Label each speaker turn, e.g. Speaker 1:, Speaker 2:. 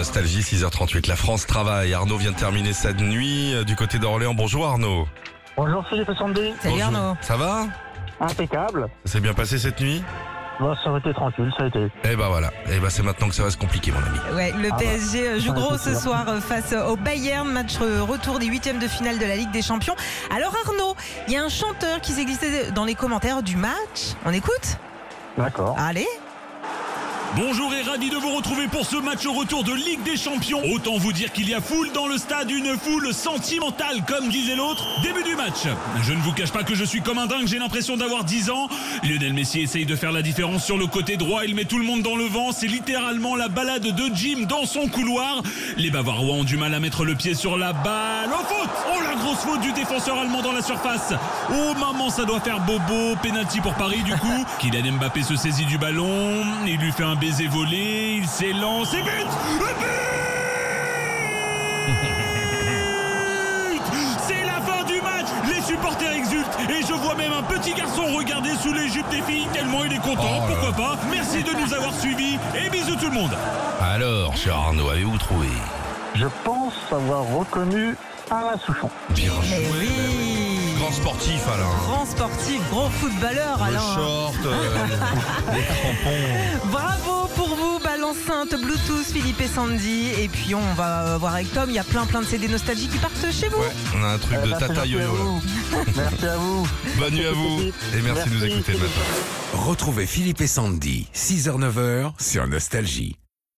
Speaker 1: Nostalgie 6h38. La France travaille. Arnaud vient de terminer sa nuit euh, du côté d'Orléans. Bonjour Arnaud.
Speaker 2: Bonjour, c'est Sandy.
Speaker 1: Bonjour. Ça va
Speaker 2: Impeccable.
Speaker 1: Ça s'est bien passé cette nuit
Speaker 2: Bon, ça aurait été tranquille, ça a été.
Speaker 1: Eh ben voilà. Eh ben c'est maintenant que ça va se compliquer mon ami.
Speaker 3: Ouais, le
Speaker 2: Ah bah.
Speaker 3: PSG euh, joue
Speaker 2: Ah,
Speaker 3: gros
Speaker 2: c'est
Speaker 3: ce
Speaker 2: sûr.
Speaker 3: soir euh, face au Bayern, match euh, retour des huitièmes de finale de la Ligue des Champions. Alors Arnaud, il y a un chanteur qui s'existait dans les commentaires du match. On écoute
Speaker 2: D'accord.
Speaker 3: Allez
Speaker 4: Bonjour et ravi de vous retrouver pour ce match au retour de Ligue des Champions. Autant vous dire qu'il y a foule dans le stade, une foule sentimentale comme disait l'autre. Début du match. Je ne vous cache pas que je suis comme un dingue, j'ai l'impression d'avoir 10 ans. Lionel Messi essaye de faire la différence sur le côté droit, il met tout le monde dans le vent, c'est littéralement la balade de Jim dans son couloir. Les Bavarois ont du mal à mettre le pied sur la balle. Oh faute Oh la grosse faute du défenseur allemand dans la surface. Oh maman, ça doit faire bobo. Penalty pour Paris du coup. Kylian Mbappé se saisit du ballon, il lui fait un baiser volé, il s'élance et but Et but C'est la fin du match Les supporters exultent et je vois même un petit garçon regarder sous les jupes des filles tellement il est content,
Speaker 1: Oh là là.
Speaker 4: pourquoi pas. Merci de nous avoir suivis et bisous tout le monde.
Speaker 1: Alors, cher Arnaud, avez-vous trouvé
Speaker 2: Je pense avoir reconnu Alain Souchon.
Speaker 1: Bien
Speaker 3: Eh
Speaker 1: joué.
Speaker 3: oui.
Speaker 1: Grand sportif Alain.
Speaker 3: Grand sportif, grand footballeur
Speaker 1: Le
Speaker 3: Alain. hein.
Speaker 1: short, euh, les crampons.
Speaker 3: Bravo pour vous, balle enceinte, Bluetooth, Philippe et Sandy. Et puis on va euh, voir avec Tom, il y a plein plein de CD nostalgie qui partent chez vous.
Speaker 1: Ouais, on a un truc
Speaker 2: Eh
Speaker 1: de
Speaker 2: ben, c'est
Speaker 1: tata
Speaker 2: gentil à
Speaker 1: yo-yo là.
Speaker 2: vous. Merci à vous.
Speaker 1: Bonne nuit à vous et merci de nous écouter le matin.
Speaker 5: Retrouvez Philippe et Sandy, 6h-9h sur Nostalgie.